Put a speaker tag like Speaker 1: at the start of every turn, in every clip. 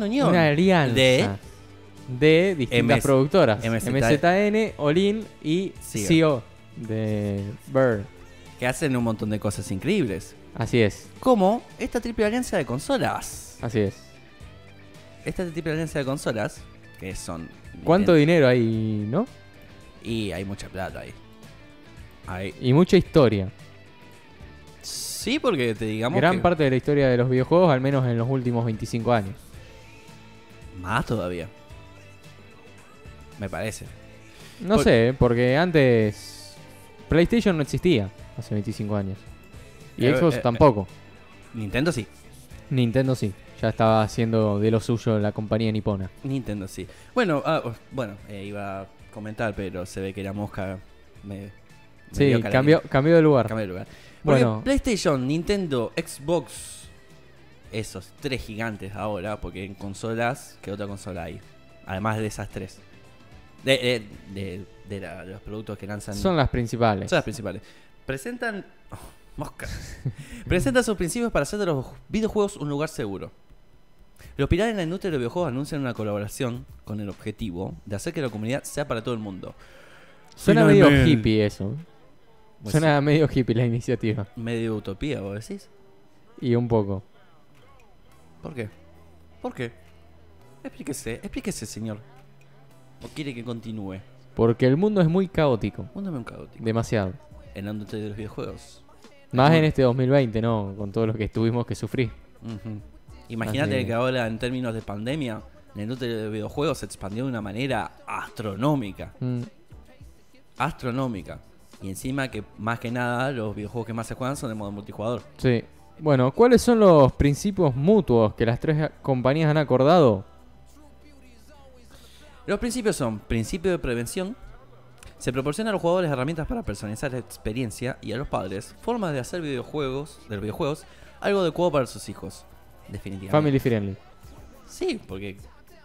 Speaker 1: unión
Speaker 2: Una alianza
Speaker 1: de
Speaker 2: de distintas
Speaker 1: MS
Speaker 2: productoras.
Speaker 1: MZN.
Speaker 2: MZN, Olin y
Speaker 1: Sio.
Speaker 2: CEO de Bird.
Speaker 1: que hacen un montón de cosas increíbles.
Speaker 2: Así es,
Speaker 1: Como esta triple alianza de consolas.
Speaker 2: así es.
Speaker 1: Esta triple alianza de consolas, que son...
Speaker 2: ¿Cuánto
Speaker 1: Nintendo-
Speaker 2: dinero hay, no?
Speaker 1: Y hay mucha plata ahí. Ahí.
Speaker 2: Y mucha historia.
Speaker 1: Sí, porque te digamos
Speaker 2: Gran
Speaker 1: que-
Speaker 2: parte de la historia de los videojuegos, al menos en los últimos 25 años.
Speaker 1: Más todavía. Me parece.
Speaker 2: No
Speaker 1: Por-
Speaker 2: sé, porque antes PlayStation no existía hace 25 años. Y
Speaker 1: Eh,
Speaker 2: Xbox
Speaker 1: eh, eh.
Speaker 2: tampoco.
Speaker 1: Nintendo sí.
Speaker 2: Nintendo sí, ya estaba haciendo de lo suyo la compañía nipona.
Speaker 1: Nintendo sí. Bueno, ah, oh, bueno eh, iba a comentar, pero se ve que la mosca me... me
Speaker 2: Sí,
Speaker 1: dio calamidad.
Speaker 2: cambió, cambió de lugar.
Speaker 1: Cambió de lugar. Porque
Speaker 2: Bueno.
Speaker 1: PlayStation, Nintendo, Xbox, esos tres gigantes ahora, porque en consolas, ¿qué otra consola hay? Además de esas tres. De, de- de- de la- de los productos que lanzan.
Speaker 2: Son las principales.
Speaker 1: Son las principales. Presentan. oh, mosca. Presentan sus principios para hacer de los videojuegos un lugar seguro. Los pilares en la industria de los videojuegos anuncian una colaboración con el objetivo de hacer que la comunidad sea para todo el mundo.
Speaker 2: Suena medio
Speaker 1: Finalmente.
Speaker 2: hippie eso.
Speaker 1: Pues
Speaker 2: Suena medio hippie la iniciativa.
Speaker 1: Medio utopía, vos decís.
Speaker 2: Y un poco.
Speaker 1: ¿Por qué? ¿Por qué? Explíquese, explíquese, señor. ¿O quiere que continúe?
Speaker 2: Porque el mundo es muy caótico.
Speaker 1: Mándame un caótico.
Speaker 2: Demasiado.
Speaker 1: En la industria de los videojuegos.
Speaker 2: Más en este 2020, ¿no? Con todo lo que estuvimos que sufrí.
Speaker 1: Ujú. Imagínate
Speaker 2: Así.
Speaker 1: que ahora, en términos de pandemia, la industria de los videojuegos se expandió de una manera astronómica.
Speaker 2: Mm,
Speaker 1: Astronómica. Y encima que, más que nada, los videojuegos que más se juegan son de modo multijugador.
Speaker 2: sí. Bueno, ¿cuáles son los principios mutuos que las tres compañías han acordado?
Speaker 1: Los principios son principio de prevención, se proporciona a los jugadores herramientas para personalizar la experiencia y a los padres formas de hacer videojuegos, de los videojuegos, algo adecuado para sus hijos. Definitivamente.
Speaker 2: Family Friendly.
Speaker 1: Sí, porque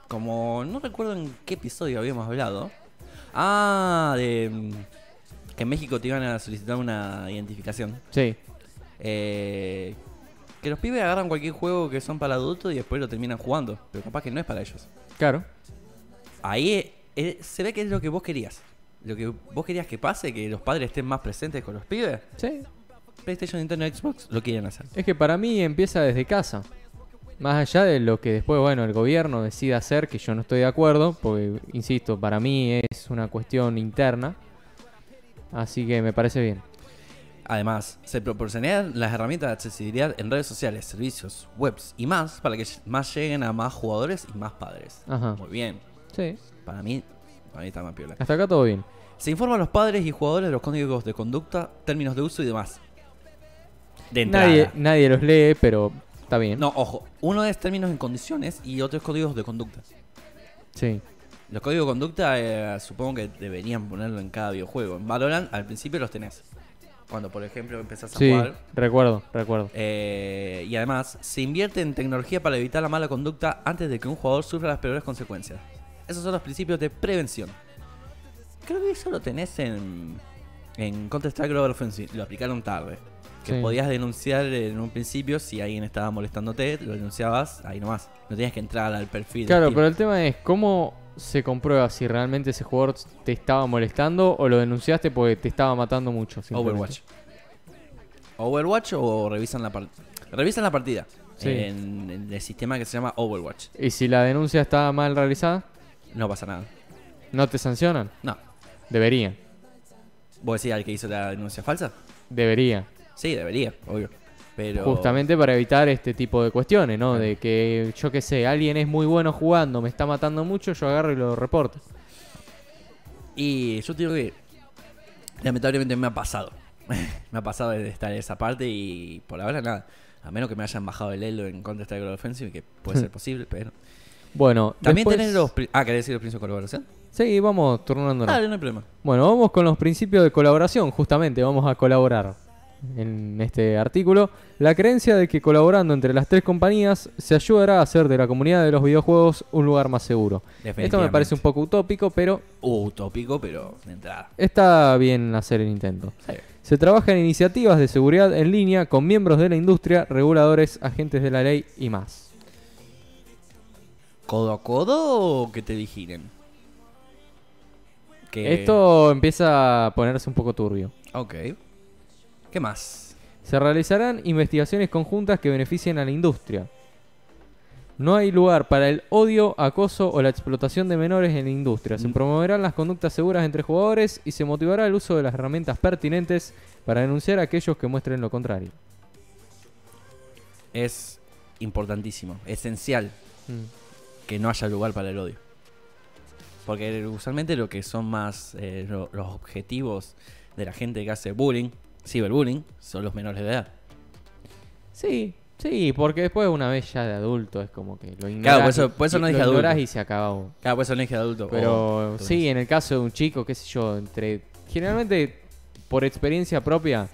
Speaker 1: como no recuerdo en qué episodio habíamos hablado. Ah, de mm, que en México te iban a solicitar una identificación.
Speaker 2: Sí.
Speaker 1: Eh, que los pibes agarran cualquier juego que son para adultos y después lo terminan jugando, pero capaz que no es para ellos.
Speaker 2: Claro.
Speaker 1: Ahí eh, eh, se ve que es lo que vos querías. Lo que vos querías que pase, que los padres estén más presentes con los pibes.
Speaker 2: Sí.
Speaker 1: PlayStation, Nintendo, Xbox lo quieren hacer.
Speaker 2: Es que para mí empieza desde casa. Más allá de lo que después, bueno, el gobierno decida hacer, que yo no estoy de acuerdo, porque, insisto, para mí es una cuestión interna. Así que me parece bien.
Speaker 1: Además, se proporcionan las herramientas de accesibilidad en redes sociales, servicios, webs y más para que ll- más lleguen a más jugadores y más padres.
Speaker 2: Ajá.
Speaker 1: Muy bien.
Speaker 2: Sí.
Speaker 1: Para mí, para mí está más piola.
Speaker 2: Hasta acá todo bien.
Speaker 1: Se informa a los padres y jugadores de los códigos de conducta, términos de uso y demás. De entrada.
Speaker 2: Nadie, nadie los lee, pero está bien.
Speaker 1: No, ojo. Uno es términos en condiciones y otro es códigos de conducta.
Speaker 2: Sí.
Speaker 1: Los códigos de conducta eh, supongo que deberían ponerlo en cada videojuego. En Valorant al principio los tenés. Cuando por ejemplo empezás a
Speaker 2: Sí,
Speaker 1: jugar.
Speaker 2: recuerdo, recuerdo.
Speaker 1: Eh, y además, se invierte en tecnología para evitar la mala conducta antes de que un jugador sufra las peores consecuencias. Esos son los principios de prevención. Creo que eso lo tenés en, en Counter-Strike Global Offensive. Lo aplicaron tarde. Que
Speaker 2: Sí.
Speaker 1: podías denunciar en un principio si alguien estaba molestándote, lo denunciabas ahí nomás. No tenías que entrar al perfil. de
Speaker 2: Claro,
Speaker 1: Steam.
Speaker 2: pero el tema es cómo se comprueba si realmente ese jugador te estaba molestando o lo denunciaste porque te estaba matando mucho. simplemente.
Speaker 1: Overwatch. Overwatch o revisan la partida. Revisan la partida.
Speaker 2: Sí.
Speaker 1: En, en el sistema que se llama Overwatch.
Speaker 2: Y si la denuncia está mal realizada,
Speaker 1: No pasa nada.
Speaker 2: no te sancionan.
Speaker 1: No.
Speaker 2: Deberían.
Speaker 1: ¿Vos decís al que hizo la denuncia falsa?
Speaker 2: Debería.
Speaker 1: Sí, debería, obvio. Pero.
Speaker 2: Justamente para evitar este tipo de cuestiones, ¿no? De que, yo qué sé, alguien es muy bueno jugando, me está matando mucho, yo agarro y lo reporto.
Speaker 1: Y yo te digo que. Lamentablemente me ha pasado. me ha pasado de estar en esa parte y por ahora nada. A menos que me hayan bajado el elo en contra de Global Offensive, que puede ser posible, pero.
Speaker 2: Bueno,
Speaker 1: También
Speaker 2: después-
Speaker 1: tenés los. pri- Ah, ¿querés decir los principios de colaboración?
Speaker 2: Sí, vamos turnándonos.
Speaker 1: Dale, no hay problema.
Speaker 2: Bueno, vamos con los principios de colaboración, justamente, vamos a colaborar en este artículo. La creencia de que colaborando entre las tres compañías se ayudará a hacer de la comunidad de los videojuegos un lugar más seguro. Esto me
Speaker 1: Definitivamente.
Speaker 2: parece un poco utópico, pero
Speaker 1: Utópico, pero de entrada.
Speaker 2: está bien hacer el intento.
Speaker 1: Sí.
Speaker 2: Se trabaja en iniciativas de seguridad en línea con miembros de la industria, reguladores, agentes de la ley y más.
Speaker 1: codo a codo o que te vigilen? Que-
Speaker 2: Esto empieza a ponerse un poco turbio.
Speaker 1: Ok. ¿Qué más?
Speaker 2: Se realizarán investigaciones conjuntas que beneficien a la industria. No hay lugar para el odio, acoso o la explotación de menores en la industria. Se promoverán las conductas seguras entre jugadores y se motivará el uso de las herramientas pertinentes para denunciar a aquellos que muestren lo contrario.
Speaker 1: Es importantísimo, esencial que no haya lugar para el odio. Porque usualmente lo que son más eh, lo- los objetivos de la gente que hace bullying, ciberbullying, son los menores de edad.
Speaker 2: Sí, sí, porque después una vez ya de adulto es como que lo ignorás.
Speaker 1: por eso- por eso
Speaker 2: y-
Speaker 1: no
Speaker 2: lo
Speaker 1: dije adulto. Oh,
Speaker 2: ignorás y se acabó.
Speaker 1: Cada persona es pues de adulto.
Speaker 2: Pero
Speaker 1: o-
Speaker 2: sí, en el caso de un chico, qué sé yo, entre. Generalmente, por experiencia propia,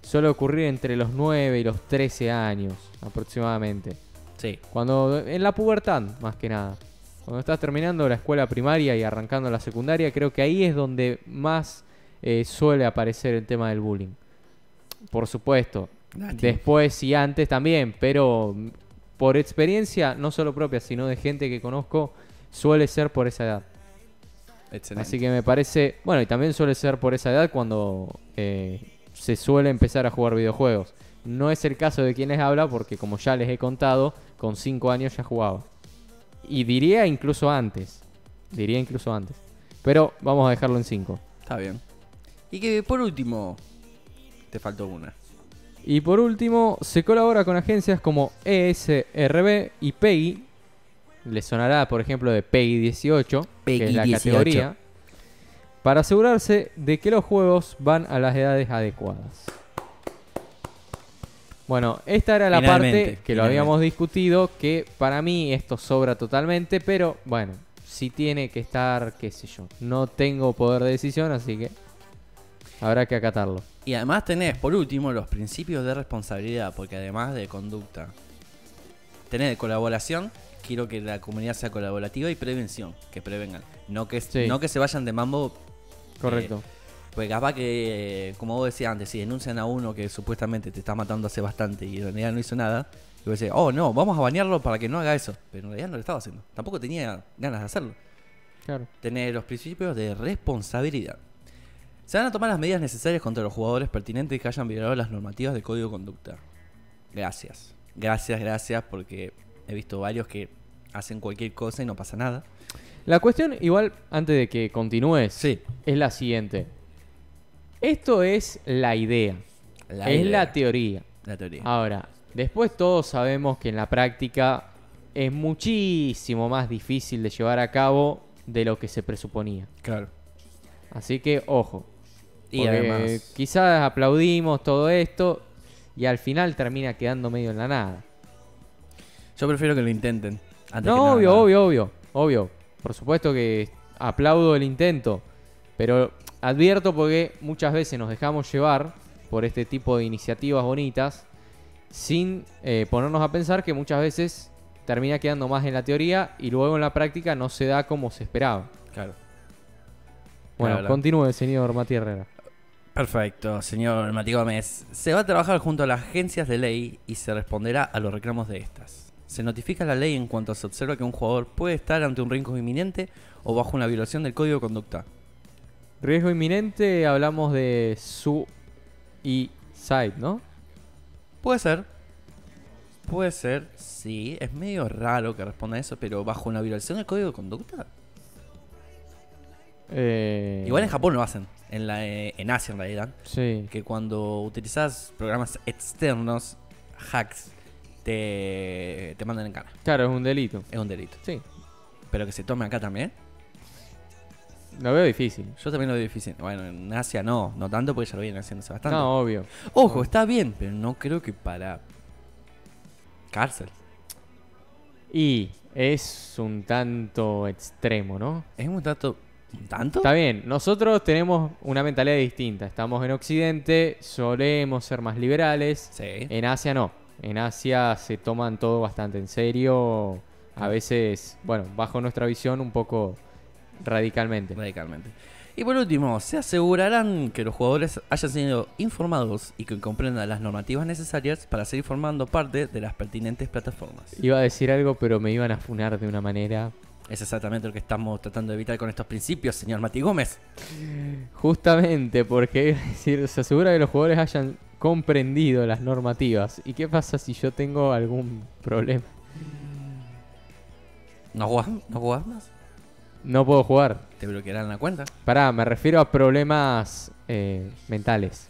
Speaker 2: suele ocurrir entre los 9 y los 13 años aproximadamente.
Speaker 1: Sí.
Speaker 2: Cuando. En la pubertad, más que nada. Cuando estás terminando la escuela primaria y arrancando la secundaria, creo que ahí es donde más eh, suele aparecer el tema del bullying. Por supuesto.
Speaker 1: Lástima.
Speaker 2: Después y antes también, pero mm, por experiencia, no solo propia, sino de gente que conozco, suele ser por esa edad.
Speaker 1: Excelente.
Speaker 2: Así que me parece, bueno, y también suele ser por esa edad cuando eh, se suele empezar a jugar videojuegos. No es el caso de quienes habla porque como ya les he contado, con 5 años ya jugaba. Y diría incluso antes, diría incluso antes. Pero vamos a dejarlo en 5.
Speaker 1: Está bien. Y que por último, te faltó una.
Speaker 2: Y por último, se colabora con agencias como E ESRB y PEGI. Le sonará, por ejemplo, de PEGI 18, que
Speaker 1: PEGI
Speaker 2: es la
Speaker 1: 18.
Speaker 2: categoría. Para asegurarse de que los juegos van a las edades adecuadas. Bueno, esta era la
Speaker 1: Finalmente,
Speaker 2: parte que lo
Speaker 1: finalmente.
Speaker 2: habíamos discutido, que para mí esto sobra totalmente, pero bueno, si tiene que estar, qué sé yo. No tengo poder de decisión, así que habrá que acatarlo.
Speaker 1: Y además tenés, por último, los principios de responsabilidad, porque además de conducta, tenés de colaboración, quiero que la comunidad sea colaborativa y prevención, que prevengan. No que,
Speaker 2: Sí.
Speaker 1: no que se vayan de mambo, eh,
Speaker 2: Correcto.
Speaker 1: porque capaz que, eh, como vos decías antes, si denuncian a uno que supuestamente te está matando hace bastante y en realidad no hizo nada, y vos decís, oh no, vamos a bañarlo para que no haga eso. Pero en realidad no lo estaba haciendo, tampoco tenía ganas de hacerlo.
Speaker 2: Claro.
Speaker 1: tener los principios de responsabilidad. Se van a tomar las medidas necesarias contra los jugadores pertinentes que hayan violado las normativas de código de conducta. Gracias. Gracias, gracias, porque he visto varios que hacen cualquier cosa y no pasa nada.
Speaker 2: La cuestión, igual, antes de que continúes,
Speaker 1: Sí.
Speaker 2: es la siguiente. Esto es la idea, es
Speaker 1: idea,
Speaker 2: la Ah. teoría.
Speaker 1: la teoría.
Speaker 2: Ahora, después todos sabemos que en la práctica es muchísimo más difícil de llevar a cabo de lo que se presuponía.
Speaker 1: Claro.
Speaker 2: Así que, ojo.
Speaker 1: Y
Speaker 2: Porque
Speaker 1: además-
Speaker 2: Quizás aplaudimos todo esto y al final termina quedando medio en la nada.
Speaker 1: Yo prefiero que lo intenten. antes que
Speaker 2: No,
Speaker 1: nada,
Speaker 2: obvio,
Speaker 1: nada.
Speaker 2: obvio, obvio, obvio. Por supuesto que aplaudo el intento, pero advierto porque muchas veces nos dejamos llevar por este tipo de iniciativas bonitas sin eh, ponernos a pensar que muchas veces termina quedando más en la teoría y luego en la práctica no se da como se esperaba.
Speaker 1: Claro.
Speaker 2: Bueno,
Speaker 1: Claro.
Speaker 2: continúe, señor Mati Herrera.
Speaker 1: Perfecto, señor Mati Gómez. Se va a trabajar junto a las agencias de ley y se responderá a los reclamos de estas. Se notifica la ley en cuanto se observa que un jugador puede estar ante un riesgo inminente o bajo una violación del código de conducta.
Speaker 2: Riesgo inminente, hablamos de su y side, ¿no?
Speaker 1: Puede ser. Puede ser, sí. Es medio raro que responda eso, pero bajo una violación del código de conducta.
Speaker 2: Eh,
Speaker 1: Igual en Japón lo hacen. En, la, eh, en Asia, en realidad.
Speaker 2: Sí.
Speaker 1: que cuando utilizas programas externos, hacks, te, te mandan en cara.
Speaker 2: Claro, es un delito.
Speaker 1: Es un delito.
Speaker 2: Sí.
Speaker 1: Pero que se tome acá también.
Speaker 2: Lo veo difícil.
Speaker 1: Yo también lo veo difícil. Bueno, en Asia no, no tanto porque ya lo vienen haciendo hace bastante.
Speaker 2: No, obvio.
Speaker 1: Ojo, está bien, pero no creo que para cárcel.
Speaker 2: Y es un tanto extremo, ¿no?
Speaker 1: Es un tanto. ¿un ¿Tanto?
Speaker 2: Está bien, nosotros tenemos una mentalidad distinta. Estamos en Occidente, solemos ser más liberales.
Speaker 1: Sí.
Speaker 2: En Asia no. En Asia se toman todo bastante en serio. A veces, bueno, bajo nuestra visión un poco radicalmente.
Speaker 1: Radicalmente. Y por último, se asegurarán que los jugadores hayan sido informados y que comprendan las normativas necesarias para seguir formando parte de las pertinentes plataformas.
Speaker 2: Iba a decir algo, pero me iban a funar de una manera.
Speaker 1: Es exactamente lo que estamos tratando de evitar con estos principios, señor Mati Gómez.
Speaker 2: Justamente porque iba a decir, se asegura que los jugadores hayan comprendido las normativas. ¿Y qué pasa si yo tengo algún problema?
Speaker 1: ¿No jugás, no jugás más?
Speaker 2: No puedo jugar.
Speaker 1: ¿Te bloquearán la cuenta?
Speaker 2: Pará, me refiero a problemas eh, mentales.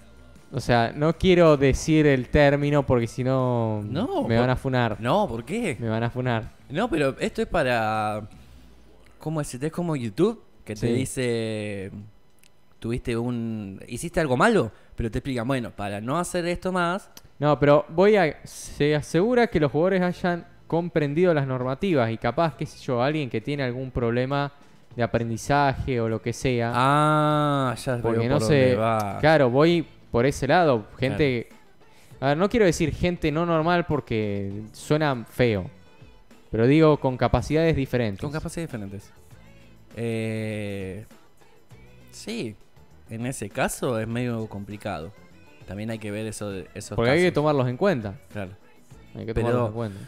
Speaker 2: O sea, no quiero decir el término porque si no
Speaker 1: No,
Speaker 2: me
Speaker 1: por-
Speaker 2: van a funar.
Speaker 1: No, ¿por qué?
Speaker 2: Me van a funar.
Speaker 1: No, pero esto es para. ¿Cómo decirte? Es como YouTube, que te
Speaker 2: Sí.
Speaker 1: dice. Tuviste un. Hiciste algo malo, pero te explican, bueno, para no hacer esto más.
Speaker 2: No, pero voy a. Se asegura que los jugadores hayan comprendido las normativas y capaz, qué sé yo, alguien que tiene algún problema de aprendizaje o lo que sea.
Speaker 1: Ah, ya veo
Speaker 2: porque
Speaker 1: por
Speaker 2: no
Speaker 1: dónde
Speaker 2: sé.
Speaker 1: va.
Speaker 2: Claro, voy por ese lado. Gente. A ver, no quiero decir gente no normal porque suena feo. Pero digo con capacidades diferentes.
Speaker 1: Con capacidades diferentes. Eh, sí, en ese caso es medio complicado. También hay que ver eso, de- esos
Speaker 2: porque hay que
Speaker 1: casos.
Speaker 2: tomarlos en cuenta.
Speaker 1: Claro.
Speaker 2: Hay que
Speaker 1: Pero-
Speaker 2: tomarlos en cuenta.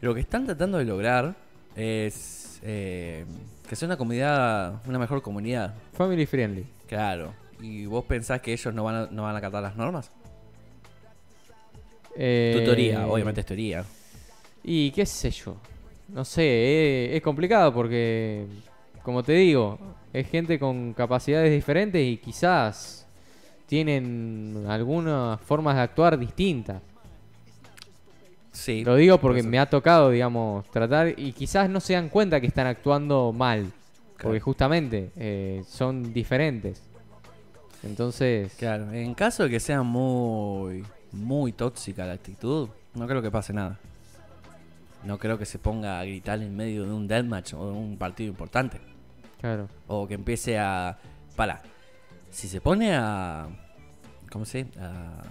Speaker 1: Lo que están tratando de lograr es eh, que sea una comunidad, una mejor comunidad.
Speaker 2: Family friendly.
Speaker 1: Claro. ¿Y vos pensás que ellos no van a, no van a acatar las normas?
Speaker 2: Eh,
Speaker 1: Tu teoría, obviamente es teoría.
Speaker 2: Y qué sé yo. No sé, eh, es, complicado porque, como te digo, es gente con capacidades diferentes y quizás tienen algunas formas de actuar distintas.
Speaker 1: Sí.
Speaker 2: Lo digo porque
Speaker 1: puede ser.
Speaker 2: me ha tocado, digamos, tratar y quizás no se dan cuenta que están actuando mal. Porque
Speaker 1: Claro.
Speaker 2: justamente eh, son diferentes. Entonces,
Speaker 1: Claro. En caso de que sea muy, muy tóxica la actitud, no creo que pase nada. No creo que se ponga a gritar en medio de un deathmatch o de un partido importante.
Speaker 2: claro.
Speaker 1: O que empiece a. Para. Si se pone a. ¿Cómo se? A,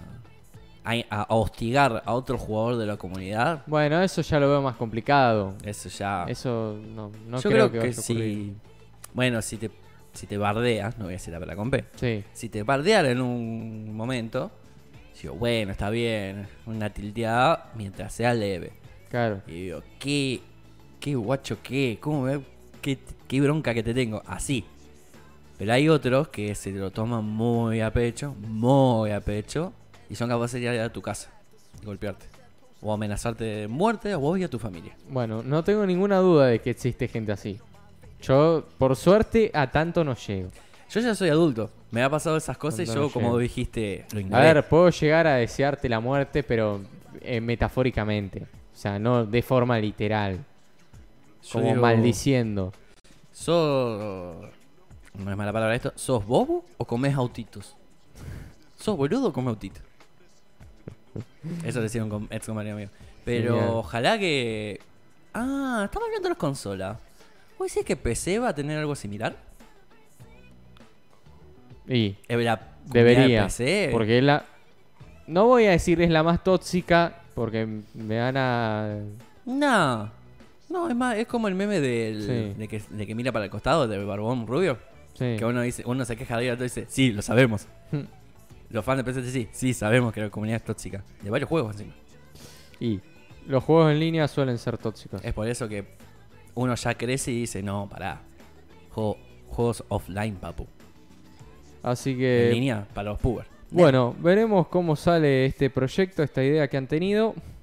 Speaker 1: a, a hostigar a otro jugador de la comunidad.
Speaker 2: Bueno, eso ya lo veo más complicado.
Speaker 1: Eso ya.
Speaker 2: Eso no, no
Speaker 1: Ah. Yo creo,
Speaker 2: creo, que,
Speaker 1: que,
Speaker 2: vaya a ocurrir.
Speaker 1: si. Bueno, si te, si te bardea, no voy a decir la palabra con P.
Speaker 2: Sí.
Speaker 1: Si te bardean en un momento, digo, bueno, está bien, una tildeada mientras sea leve.
Speaker 2: claro.
Speaker 1: Y digo, qué, qué guacho, qué, cómo me- qué, qué bronca que te tengo, así. Pero hay otros que se lo toman muy a pecho, muy a pecho, y son capaces de ir a tu casa y golpearte. O amenazarte de muerte a vos y a tu familia.
Speaker 2: Bueno, no tengo ninguna duda de que existe gente así. Yo, por suerte, a tanto no llego.
Speaker 1: Yo ya soy adulto, me ha pasado esas cosas y
Speaker 2: Cuando
Speaker 1: yo,
Speaker 2: no
Speaker 1: como
Speaker 2: llega.
Speaker 1: dijiste, lo
Speaker 2: A
Speaker 1: ignoré.
Speaker 2: ver, puedo llegar a desearte la muerte, pero eh, metafóricamente. O sea, no de forma literal.
Speaker 1: Yo
Speaker 2: Como
Speaker 1: digo,
Speaker 2: maldiciendo.
Speaker 1: ¿Sos. No es mala palabra esto. ¿Sos bobo o comés autitos? ¿Sos boludo o comés autitos? Eso decía un com- ex compañero mío. Pero
Speaker 2: Genial.
Speaker 1: ojalá que. Ah, estamos hablando de las consolas. ¿Vos decís que PC va a tener algo similar?
Speaker 2: Y
Speaker 1: Eh, La comunidad de
Speaker 2: debería.
Speaker 1: PC.
Speaker 2: Porque es la. No voy a decir es la más tóxica, porque me van a.
Speaker 1: No. No, es más, es como el meme del,
Speaker 2: Sí.
Speaker 1: de, que, de que mira para el costado, del barbón rubio.
Speaker 2: Sí.
Speaker 1: Que uno dice, uno se queja de y el otro dice, sí, lo sabemos. Los fans de PC sí, sí, sabemos que la comunidad es tóxica. De varios juegos encima.
Speaker 2: Y los juegos en línea suelen ser tóxicos.
Speaker 1: Es por eso que uno ya crece y dice, no, pará. Juego- juegos offline, papu.
Speaker 2: Así
Speaker 1: En
Speaker 2: que.
Speaker 1: línea para los pubers.
Speaker 2: Bueno, veremos cómo sale este proyecto, esta idea que han tenido.